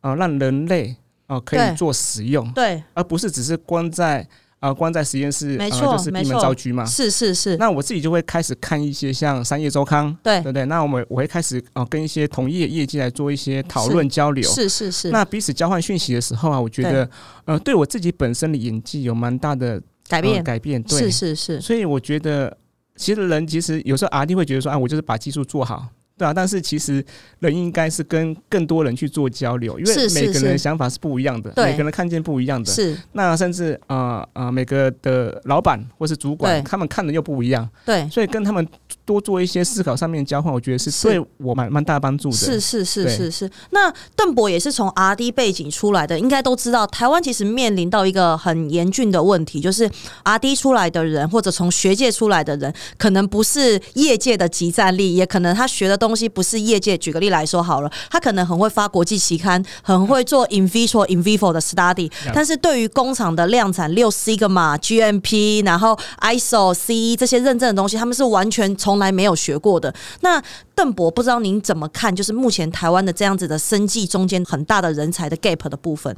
[SPEAKER 2] 啊、呃让人类啊、呃可
[SPEAKER 1] 对
[SPEAKER 2] 以做使用，
[SPEAKER 1] 对，
[SPEAKER 2] 而不是只是关在啊、呃关在实验室，
[SPEAKER 1] 没
[SPEAKER 2] 呃
[SPEAKER 1] 错
[SPEAKER 2] 就是
[SPEAKER 1] 没
[SPEAKER 2] 闭门
[SPEAKER 1] 错
[SPEAKER 2] 造车嘛。
[SPEAKER 1] 是是是，
[SPEAKER 2] 那我自己就会开始看一些像商业周刊，
[SPEAKER 1] 对
[SPEAKER 2] 对不对？那我们我会开始啊、呃跟一些同业业界来做一些讨
[SPEAKER 1] 是
[SPEAKER 2] 论交流，
[SPEAKER 1] 是是是，
[SPEAKER 2] 那彼此交换讯息的时候啊，我觉得呃，对我自己本身的演技有蛮大的
[SPEAKER 1] 改
[SPEAKER 2] 改
[SPEAKER 1] 变、
[SPEAKER 2] 嗯改变，对，
[SPEAKER 1] 是是是，
[SPEAKER 2] 所以我觉得其实人其实有时候阿弟会觉得说啊，我就是把技术做好。对啊，但是其实人应该是跟更多人去做交流，因为
[SPEAKER 1] 是是
[SPEAKER 2] 每个人
[SPEAKER 1] 是
[SPEAKER 2] 的想法是不一样的，
[SPEAKER 1] 对
[SPEAKER 2] 每个人看见不一样的。
[SPEAKER 1] 是
[SPEAKER 2] 那甚至啊啊、呃每个的老板或是主管，
[SPEAKER 1] 对
[SPEAKER 2] 他们看的又不一样，
[SPEAKER 1] 对，
[SPEAKER 2] 所以跟他们多做一些思考上面的交换，我觉得是
[SPEAKER 1] 是
[SPEAKER 2] 对我蛮蛮大帮助的。
[SPEAKER 1] 是是是
[SPEAKER 2] 对
[SPEAKER 1] 是是。那邓博也是从 R D 背景出来的，应该都知道，台湾其实面临到一个很严峻的问题，就是 R D 出来的人或者从学界出来的人，可能不是业界的集战力，也可能他学的东西不是业界。举个例来说好了，他可能很会发国际期刊，很会做 in vitro in vivo 的 study，
[SPEAKER 2] Yeah.
[SPEAKER 1] 但是对于工厂的量产六 sigma GMP，然后 ISO CE E 这些认证的东西，他们是完全从来没有学过的。那邓博，不知道您怎么看？就是目前台湾的这样子的生计中间很大的人才的 gap 的部分，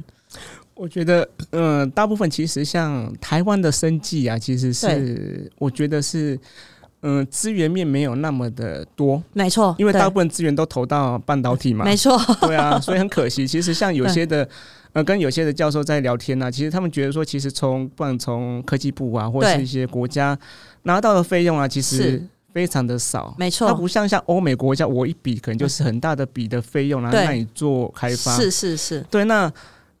[SPEAKER 2] 我觉得，嗯、大部分其实像台湾的生计啊，其实是我觉得是，嗯、资源面没有那么的多，
[SPEAKER 1] 没错，
[SPEAKER 2] 因为
[SPEAKER 1] 对
[SPEAKER 2] 大部分资源都投到半导体嘛，
[SPEAKER 1] 没错，[laughs]
[SPEAKER 2] 对啊，所以很可惜。其实像有些的，呃，跟有些的教授在聊天呢、啊其实他们觉得说，其实从不管从科技部啊，或
[SPEAKER 1] 对
[SPEAKER 2] 是一些国家拿到的费用啊，其实
[SPEAKER 1] 是
[SPEAKER 2] 非常的少。
[SPEAKER 1] 没
[SPEAKER 2] 它
[SPEAKER 1] 错，嗯
[SPEAKER 2] 不像像欧美国家，我一笔可能就是很大的笔的费用，然后
[SPEAKER 1] 对
[SPEAKER 2] 让你做开发。
[SPEAKER 1] 是是是，
[SPEAKER 2] 对，那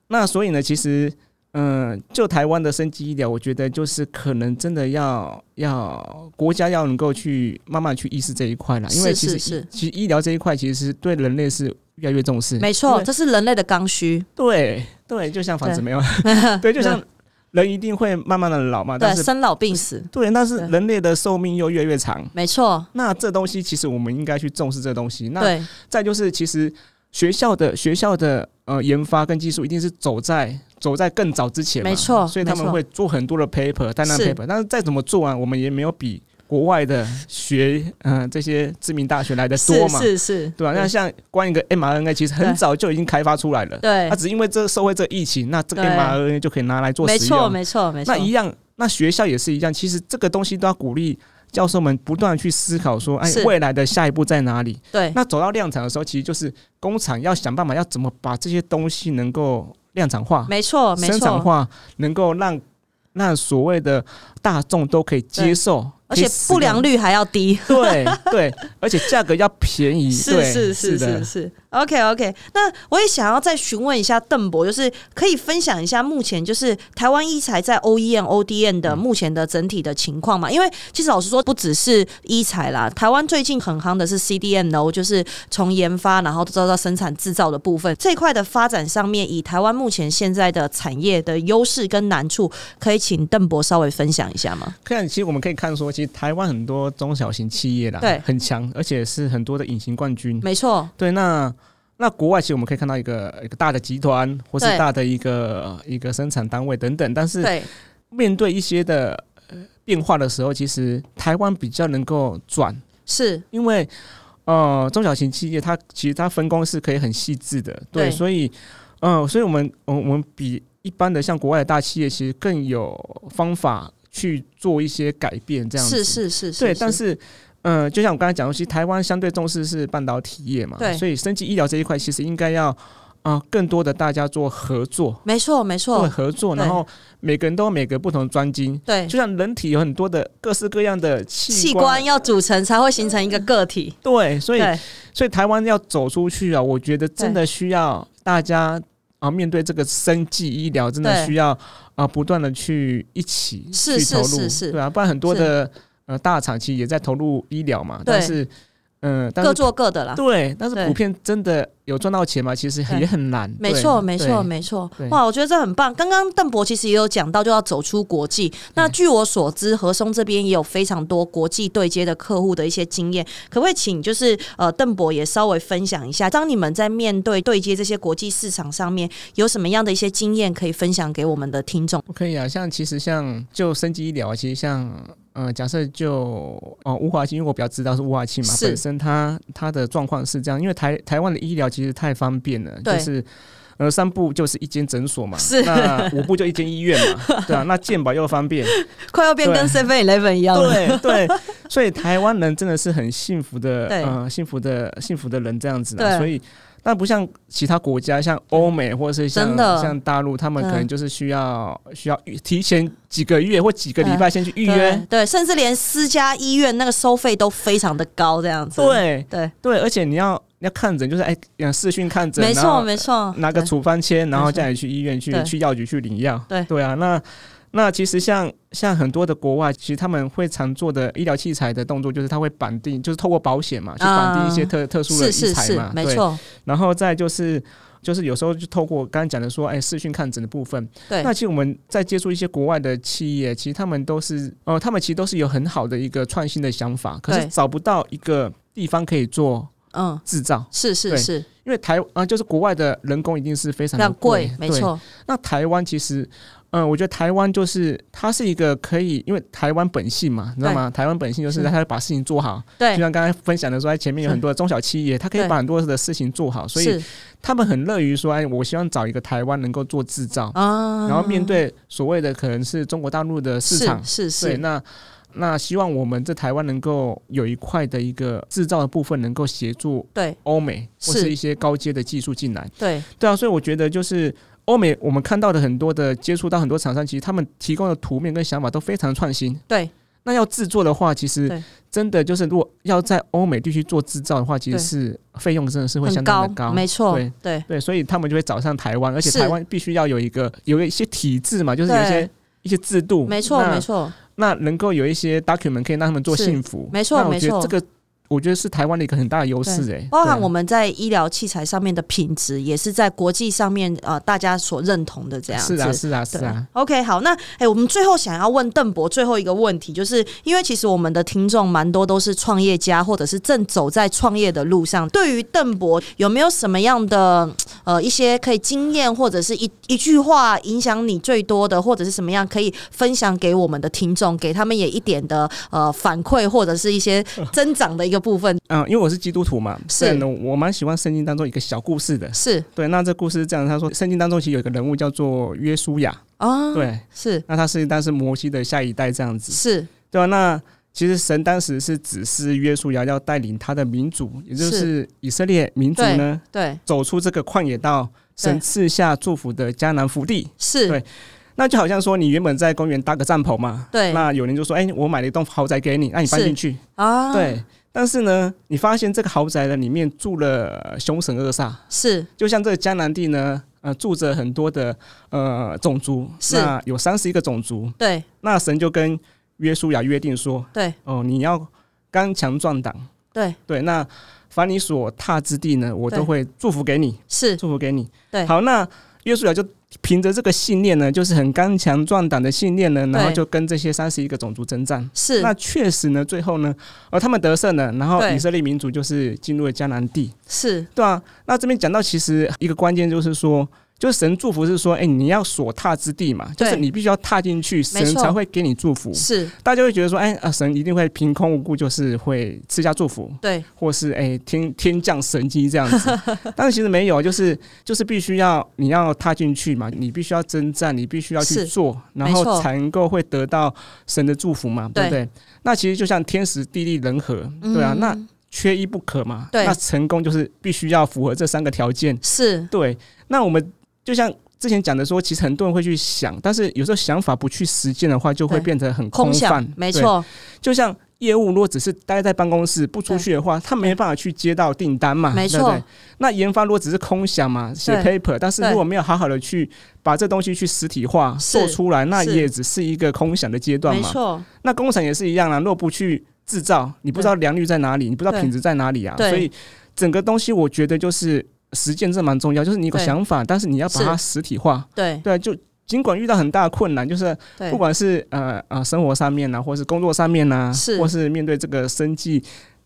[SPEAKER 2] 那所以呢，其实，嗯、就台湾的生机医疗，我觉得就是可能真的要要国家要能够去慢慢去意识这一块啦，因为
[SPEAKER 1] 是
[SPEAKER 2] 其
[SPEAKER 1] 是
[SPEAKER 2] 实
[SPEAKER 1] 是
[SPEAKER 2] 其实医疗这一块其实是对人类是越来越重视，
[SPEAKER 1] 没
[SPEAKER 2] 嗯因
[SPEAKER 1] 错，
[SPEAKER 2] 为
[SPEAKER 1] 这是人类的刚需，
[SPEAKER 2] 对对，就像房子
[SPEAKER 1] [laughs]
[SPEAKER 2] 没有，对，就像人一定会慢慢的老嘛，啊但
[SPEAKER 1] 对
[SPEAKER 2] 是
[SPEAKER 1] 生老病死，
[SPEAKER 2] 对，但是
[SPEAKER 1] 对
[SPEAKER 2] 人类的寿命又越来越长，
[SPEAKER 1] 没错，
[SPEAKER 2] 那这东西其实我们应该去重视这东西，那
[SPEAKER 1] 对
[SPEAKER 2] 再就是，其实学校的学校的呃研发跟技术一定是走在走在更早之前嘛，
[SPEAKER 1] 没错
[SPEAKER 2] 所以他
[SPEAKER 1] 没
[SPEAKER 2] 们
[SPEAKER 1] 错
[SPEAKER 2] 会做很多的 paper 单单
[SPEAKER 1] 是
[SPEAKER 2] paper，但是再怎么做啊，我们也没有比国外的学嗯、呃这些知名大学来的多
[SPEAKER 1] 是
[SPEAKER 2] 嘛，
[SPEAKER 1] 是是，
[SPEAKER 2] 对啊吧、那像关于一个 mRNA，其实
[SPEAKER 1] 对
[SPEAKER 2] 很早就已经开发出来了，啊
[SPEAKER 1] 对
[SPEAKER 2] 它，只因为这受惠这疫情，那这个
[SPEAKER 1] 对
[SPEAKER 2] mRNA 就可以拿来做
[SPEAKER 1] 没
[SPEAKER 2] 实
[SPEAKER 1] 错
[SPEAKER 2] 用，
[SPEAKER 1] 没错没错
[SPEAKER 2] 那，一样，那学校也是一样，其实这个东西都要鼓励。教授们不断地去思考说，哎
[SPEAKER 1] 是，
[SPEAKER 2] 未来的下一步在哪里？
[SPEAKER 1] 对
[SPEAKER 2] 那走到量产的时候，其实就是工厂要想办法要怎么把这些东西能够量产化、
[SPEAKER 1] 没错没
[SPEAKER 2] 生产
[SPEAKER 1] 错，
[SPEAKER 2] 化，能够让让所谓的大众都可以接受，
[SPEAKER 1] 而且
[SPEAKER 2] 可以使用
[SPEAKER 1] 不良率还要低，
[SPEAKER 2] 对
[SPEAKER 1] [laughs]
[SPEAKER 2] 对，而且价格要便宜，
[SPEAKER 1] 是
[SPEAKER 2] 对
[SPEAKER 1] 是是
[SPEAKER 2] 的
[SPEAKER 1] 是是，OK OK。那我也想要再询问一下邓博，就是可以分享一下目前就是台湾医材在 E OEM、ODM
[SPEAKER 2] 嗯
[SPEAKER 1] 的目前的整体的情况嘛？因为其实老实说，不只是医材啦，台湾最近很夯的是 CDMO，就是从研发然后到到生产制造的部分这一块的发展上面，以台湾目前现在的产业的优势跟难处，可以请邓博稍微分享一下吗？
[SPEAKER 2] 看，其实我们可以看说，其实台湾很多中小型企业啦，
[SPEAKER 1] 对
[SPEAKER 2] 很强，而且是很多的隐形冠军。
[SPEAKER 1] 没错，
[SPEAKER 2] 对，那那国外其实我们可以看到一个一个大的集团，或是
[SPEAKER 1] 对
[SPEAKER 2] 大的一个一个生产单位等等，但是
[SPEAKER 1] 对，
[SPEAKER 2] 面对一些的呃变化的时候，其实台湾比较能够转，
[SPEAKER 1] 是
[SPEAKER 2] 因为呃中小型企业它其实它分工是可以很细致的，对，
[SPEAKER 1] 对
[SPEAKER 2] 所以嗯、呃所以我们我我们比一般的像国外的大企业其实更有方法去做一些改变，这样子
[SPEAKER 1] 是是是，
[SPEAKER 2] 对，但是。呃，就像我刚才讲的，其实台湾相对重视是半导体业嘛
[SPEAKER 1] 对，
[SPEAKER 2] 所以生技医疗这一块其实应该要啊、呃更多的大家做合作，
[SPEAKER 1] 没错没
[SPEAKER 2] 做
[SPEAKER 1] 错，
[SPEAKER 2] 合作，
[SPEAKER 1] 对
[SPEAKER 2] 然后每个人都有每个不同的专精，
[SPEAKER 1] 对，
[SPEAKER 2] 就像人体有很多的各式各样的
[SPEAKER 1] 器
[SPEAKER 2] 器
[SPEAKER 1] 官要组成才会形成一个个体，
[SPEAKER 2] 对，嗯所以
[SPEAKER 1] 对
[SPEAKER 2] 所以台湾要走出去啊，我觉得真的需要大家啊，面对这个生计医疗，真的
[SPEAKER 1] 对
[SPEAKER 2] 需要啊，不断的去一起
[SPEAKER 1] 是
[SPEAKER 2] 去
[SPEAKER 1] 是
[SPEAKER 2] 投入，
[SPEAKER 1] 是是
[SPEAKER 2] 对啊，不然很多的呃大厂其实也在投入医疗嘛，
[SPEAKER 1] 对
[SPEAKER 2] 但是嗯、呃但
[SPEAKER 1] 各
[SPEAKER 2] 是
[SPEAKER 1] 做各的啦。
[SPEAKER 2] 对，但
[SPEAKER 1] 对
[SPEAKER 2] 是普遍真的有赚到钱嘛，其实
[SPEAKER 1] 对
[SPEAKER 2] 也很难，
[SPEAKER 1] 没
[SPEAKER 2] 对
[SPEAKER 1] 错，没错，
[SPEAKER 2] 对
[SPEAKER 1] 没错。
[SPEAKER 2] 对
[SPEAKER 1] 哇，我觉得这很棒。刚刚邓博其实也有讲到，就要走出国际。那据我所知，和松这边也有非常多国际对接的客户的一些经验。可不可以请就是呃邓博也稍微分享一下，当你们在面对对接这些国际市场上面，有什么样的一些经验可以分享给我们的听众？
[SPEAKER 2] 可以啊，像其实像就升级医疗啊，其实像呃，假设就哦乌华清，因为我比较知道是乌华清嘛，
[SPEAKER 1] 是
[SPEAKER 2] 本身它它的状况是这样，因为台台湾的医疗其实太方便了，
[SPEAKER 1] 对
[SPEAKER 2] 就是。呃，三步就是一间诊所嘛，
[SPEAKER 1] 是
[SPEAKER 2] 那五步就一间医院嘛，对啊，那健保又方便，
[SPEAKER 1] [laughs] 快要变跟 Seven Eleven 一样了。
[SPEAKER 2] 对对，所以台湾人真的是很幸福的，
[SPEAKER 1] [laughs] 对
[SPEAKER 2] 呃，幸福的幸福的人这样子
[SPEAKER 1] 对
[SPEAKER 2] 啊，所以但不像其他国家，像欧美或者是像
[SPEAKER 1] 真的
[SPEAKER 2] 像大陆，他们
[SPEAKER 1] 嗯
[SPEAKER 2] 可能就是需要、需要预提前几个月或几个礼拜先去预
[SPEAKER 1] 对
[SPEAKER 2] 约。
[SPEAKER 1] 对，甚至连私家医院那个收费都非常的高，这样子。
[SPEAKER 2] 对
[SPEAKER 1] 对，
[SPEAKER 2] 对，而且你要你要看诊，就是哎，呃视讯看诊，
[SPEAKER 1] 没
[SPEAKER 2] 然
[SPEAKER 1] 错
[SPEAKER 2] 后
[SPEAKER 1] 没错，
[SPEAKER 2] 拿个
[SPEAKER 1] 哦对
[SPEAKER 2] 处方签，然后
[SPEAKER 1] 没错
[SPEAKER 2] 叫你去医院去
[SPEAKER 1] 对
[SPEAKER 2] 去药局去领药。
[SPEAKER 1] 对
[SPEAKER 2] 对啊，那那其实像像很多的国外，其实他们会常做的医疗器材的动作，就是他会绑定，就是透过保险嘛，去绑定一些特、特殊的
[SPEAKER 1] 啊是
[SPEAKER 2] 医
[SPEAKER 1] 是
[SPEAKER 2] 材
[SPEAKER 1] 是
[SPEAKER 2] 嘛，，
[SPEAKER 1] 没
[SPEAKER 2] 对。
[SPEAKER 1] 错，
[SPEAKER 2] 然后再就是就是有时候就透过刚刚讲的说，哎，视讯看诊的部分，
[SPEAKER 1] 对
[SPEAKER 2] 那其实我们在接触一些国外的企业，其实他们都是呃，他们其实都是有很好的一个创新的想法，可
[SPEAKER 1] 对
[SPEAKER 2] 是找不到一个地方可以做
[SPEAKER 1] 嗯。
[SPEAKER 2] 制造。
[SPEAKER 1] 是是
[SPEAKER 2] 对
[SPEAKER 1] 是，
[SPEAKER 2] 因为台啊、就是国外的人工一定是非常
[SPEAKER 1] 非
[SPEAKER 2] 的
[SPEAKER 1] 常贵，没
[SPEAKER 2] 对
[SPEAKER 1] 错，
[SPEAKER 2] 那台湾其实，嗯、我觉得台湾就是它是一个可以，因为台湾本性嘛，你知道吗？台湾本性就是
[SPEAKER 1] 是
[SPEAKER 2] 它会把事情做好，就
[SPEAKER 1] 嗯对，
[SPEAKER 2] 像刚才分享的说，哎前面有
[SPEAKER 1] 是
[SPEAKER 2] 很多的中小企业，它可以
[SPEAKER 1] 对
[SPEAKER 2] 把很多的事情做好，所以
[SPEAKER 1] 是
[SPEAKER 2] 他们很乐于说，哎，我希望找一个台湾能够做制造，
[SPEAKER 1] 啊，
[SPEAKER 2] 然后面对所谓的可能是中国大陆的市
[SPEAKER 1] 是
[SPEAKER 2] 场，
[SPEAKER 1] 是
[SPEAKER 2] 对，
[SPEAKER 1] 是，
[SPEAKER 2] 那。那希望我们在台湾能够有一块的一个制造的部分，能够协助
[SPEAKER 1] 对
[SPEAKER 2] 欧美或
[SPEAKER 1] 是
[SPEAKER 2] 是一些高阶的技术进来。
[SPEAKER 1] 对
[SPEAKER 2] 对啊，所以我觉得就是欧美，我们看到的很多的接触到很多厂商，其实他们提供的图面跟想法都非常创新。
[SPEAKER 1] 对
[SPEAKER 2] 那要制作的话，其
[SPEAKER 1] 对
[SPEAKER 2] 实真的就是，如果要在欧美地区做制造的话，其实
[SPEAKER 1] 对
[SPEAKER 2] 是费用真的是会
[SPEAKER 1] 很
[SPEAKER 2] 相当的高。
[SPEAKER 1] 没错
[SPEAKER 2] 对，
[SPEAKER 1] 对
[SPEAKER 2] 对，所以他们就会找上台湾，而且
[SPEAKER 1] 是
[SPEAKER 2] 台湾必须要有一个有一些体制嘛，就是有一
[SPEAKER 1] 对
[SPEAKER 2] 些一些制度，
[SPEAKER 1] 没错
[SPEAKER 2] 哦那
[SPEAKER 1] 没。错，
[SPEAKER 2] 那能够有一些 document 可以让他们做
[SPEAKER 1] 是
[SPEAKER 2] 幸福，
[SPEAKER 1] 没错
[SPEAKER 2] 那我
[SPEAKER 1] 没
[SPEAKER 2] 觉得
[SPEAKER 1] 错
[SPEAKER 2] 这个我觉得是台湾的一个很大的优势，哎，
[SPEAKER 1] 包含
[SPEAKER 2] 对
[SPEAKER 1] 我们在医疗器材上面的品质，也是在国际上面呃大家所认同的这样
[SPEAKER 2] 是
[SPEAKER 1] 子，
[SPEAKER 2] 啊是啊是
[SPEAKER 1] 对
[SPEAKER 2] 啊，
[SPEAKER 1] OK，好，那哎、诶我们最后想要问邓博最后一个问题，就是因为其实我们的听众蛮多都是创业家，或者是正走在创业的路上。对于邓博，有没有什么样的呃一些可以经验，或者是一一句话影响你最多的，或者是什么样可以分享给我们的听众，给他们也一点的呃反馈，或者是一些增长的一个部
[SPEAKER 2] [laughs]
[SPEAKER 1] 分？
[SPEAKER 2] 嗯，因为我是基督徒嘛，
[SPEAKER 1] 是
[SPEAKER 2] 所以呢，我蛮喜欢圣经当中一个小故事的。
[SPEAKER 1] 是
[SPEAKER 2] 对，那这故事是这样，他说圣经当中其实有一个人物叫做约书亚，
[SPEAKER 1] 啊，，
[SPEAKER 2] 对，
[SPEAKER 1] 是
[SPEAKER 2] 那他是当时摩西的下一代这样子，
[SPEAKER 1] 是
[SPEAKER 2] 对吧、那其实神当时是指示约书亚要带领他的民族，也就是以色列民族呢，
[SPEAKER 1] 对，
[SPEAKER 2] 走出这个旷野到
[SPEAKER 1] 对
[SPEAKER 2] 神赐下祝福的迦南福地。
[SPEAKER 1] 是
[SPEAKER 2] 对那就好像说，你原本在公园搭个帐篷嘛，
[SPEAKER 1] 对
[SPEAKER 2] 那有人就说，哎、我买了一栋豪宅给你，那你搬
[SPEAKER 1] 是
[SPEAKER 2] 进去，
[SPEAKER 1] 啊，，
[SPEAKER 2] 对，但是呢，你发现这个豪宅的里面住了呃凶神恶煞，
[SPEAKER 1] 是
[SPEAKER 2] 就像这个迦南地呢，呃，住着很多的呃种族，
[SPEAKER 1] 是
[SPEAKER 2] 那有三十一个种族，
[SPEAKER 1] 对
[SPEAKER 2] 那神就跟约书亚约定说，
[SPEAKER 1] 对
[SPEAKER 2] 哦，你要刚强壮胆，
[SPEAKER 1] 对
[SPEAKER 2] 对，那凡你所踏之地呢，我
[SPEAKER 1] 对
[SPEAKER 2] 都会祝福给你，
[SPEAKER 1] 是
[SPEAKER 2] 祝福给你。
[SPEAKER 1] 对
[SPEAKER 2] 好，那约书亚就凭着这个信念呢，就是很刚强壮胆的信念呢，然后
[SPEAKER 1] 对
[SPEAKER 2] 就跟这些三十一个种族征战。
[SPEAKER 1] 是
[SPEAKER 2] 那确实呢，最后呢，呃，他们得胜了，然后
[SPEAKER 1] 对
[SPEAKER 2] 以色列民族就是进入了迦南地，
[SPEAKER 1] 是
[SPEAKER 2] 对啊。那这边讲到，其实一个关键就是说，就是神祝福是说，哎、你要所踏之地嘛，就是
[SPEAKER 1] 对
[SPEAKER 2] 你必须要踏进去，神
[SPEAKER 1] 没错
[SPEAKER 2] 才会给你祝福。
[SPEAKER 1] 是，
[SPEAKER 2] 大家会觉得说，哎、啊，神一定会凭空无故就是会赐下祝福，
[SPEAKER 1] 对
[SPEAKER 2] 或是哎、天天降神机这样
[SPEAKER 1] [laughs]
[SPEAKER 2] 子，但是其实没有，就是就是必须要你要踏进去嘛，你必须要征战，你必须要去
[SPEAKER 1] 是
[SPEAKER 2] 做，然
[SPEAKER 1] 没错
[SPEAKER 2] 后才能够会得到神的祝福嘛，对不
[SPEAKER 1] 对
[SPEAKER 2] 对？那其实就像天时地利人和，对啊，
[SPEAKER 1] 嗯
[SPEAKER 2] 那缺一不可嘛。
[SPEAKER 1] 对
[SPEAKER 2] 那成功就是必须要符合这三个条件。
[SPEAKER 1] 是
[SPEAKER 2] 对，那我们就像。之前讲的说，其实很多人会去想，但是有时候想法不去实践的话，就会
[SPEAKER 1] 对
[SPEAKER 2] 变得很
[SPEAKER 1] 空
[SPEAKER 2] 泛
[SPEAKER 1] 想。，没
[SPEAKER 2] 对
[SPEAKER 1] 错，
[SPEAKER 2] 就像业务如果只是待在办公室不出去的话，他没办法去接到订单嘛，
[SPEAKER 1] 没
[SPEAKER 2] 对不
[SPEAKER 1] 错
[SPEAKER 2] 对。那研发如果只是空想嘛，写 paper，但是
[SPEAKER 1] 对
[SPEAKER 2] 如果没有好好的去把这东西去实体化
[SPEAKER 1] 是
[SPEAKER 2] 做出来，那
[SPEAKER 1] 是
[SPEAKER 2] 也只是一个空想的阶段
[SPEAKER 1] 没
[SPEAKER 2] 嘛。
[SPEAKER 1] 错，
[SPEAKER 2] 那工厂也是一样啦，如果不去制造，你不知道良率在哪里，你不知道
[SPEAKER 1] 对
[SPEAKER 2] 品质在哪里啊。
[SPEAKER 1] 对
[SPEAKER 2] 所以整个东西我觉得就是实践这蛮重要，就是你有个
[SPEAKER 1] 对
[SPEAKER 2] 想法，但是你要把它实体化。
[SPEAKER 1] 对
[SPEAKER 2] 对啊，就尽管遇到很大的困难，就是
[SPEAKER 1] 对
[SPEAKER 2] 不，管是呃呃生活上面呐、或是工作上面呐、
[SPEAKER 1] 是
[SPEAKER 2] 或是面对这个生计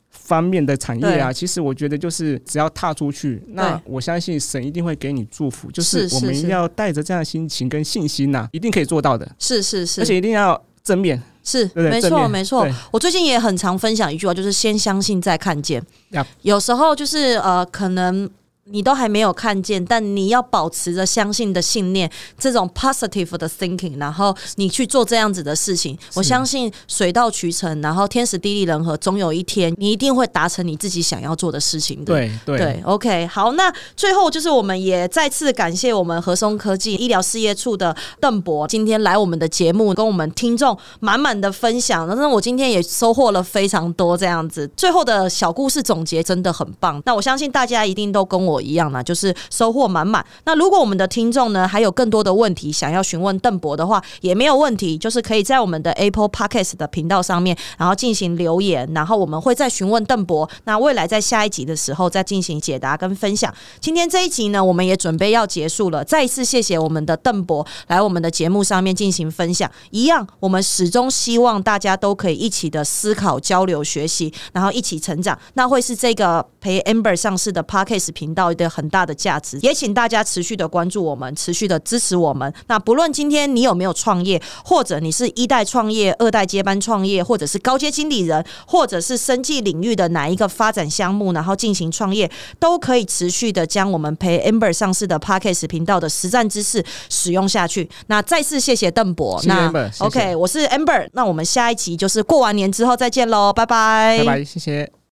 [SPEAKER 2] 方面的产业啊，其实我觉得就是只要踏出去，那
[SPEAKER 1] 对
[SPEAKER 2] 我相信神一定会给你祝福。就是是
[SPEAKER 1] 是
[SPEAKER 2] 我们
[SPEAKER 1] 是
[SPEAKER 2] 要带着这样的心情跟信心呐、一定可以做到的，
[SPEAKER 1] 是是是，
[SPEAKER 2] 而且一定要正面，
[SPEAKER 1] 是
[SPEAKER 2] 对不对？
[SPEAKER 1] 没
[SPEAKER 2] 正
[SPEAKER 1] 错
[SPEAKER 2] 面
[SPEAKER 1] 没错
[SPEAKER 2] 对。
[SPEAKER 1] 我最近也很常分享一句话，就是先相信再看见
[SPEAKER 2] Yup。
[SPEAKER 1] 有时候就是呃，可能。你都还没有看见，但你要保持着相信的信念，这种 positive 的 thinking，然后你去做这样子的事情，我相信水到渠成，然后天时地利人和，总有一天你一定会达成你自己想要做的事情的。
[SPEAKER 2] 对对
[SPEAKER 1] o k 好，那最后就是我们也再次感谢我们和松科技医疗事业处的邓博，今天来我们的节目，跟我们听众满满的分享。那我今天也收获了非常多这样子，最后的小故事总结真的很棒。那我相信大家一定都跟我一样啦，就是收获满满。那如果我们的听众呢还有更多的问题想要询问邓博的话，也没有问题，就是可以在我们的 Apple Podcast 的频道上面，然后进行留言，然后我们会再询问邓博。那未来在下一集的时候再进行解答跟分享。今天这一集呢，我们也准备要结束了，再一次谢谢我们的邓博来我们的节目上面进行分享。一样，我们始终希望大家都可以一起的思考、交流、学习，然后一起成长。那会是这个陪 Amber 上市的 Podcast 频道的很大的价值。也请大家持续的关注我们，持续的支持我们。那不论今天你有没有创业，或者你是一代创业、二代接班创业，或者是高阶经理人，或者是生技领域的哪一个发展项目，然后进行创业，都可以持续的将我们陪 Amber 上市的 Podcast 频道的实战知识使用下去。那再次谢谢邓博，
[SPEAKER 2] 谢谢
[SPEAKER 1] 那
[SPEAKER 2] Amber，谢谢
[SPEAKER 1] OK，我是 Amber，那我们下一集就是过完年之后再见喽，拜拜，
[SPEAKER 2] 拜拜，谢谢。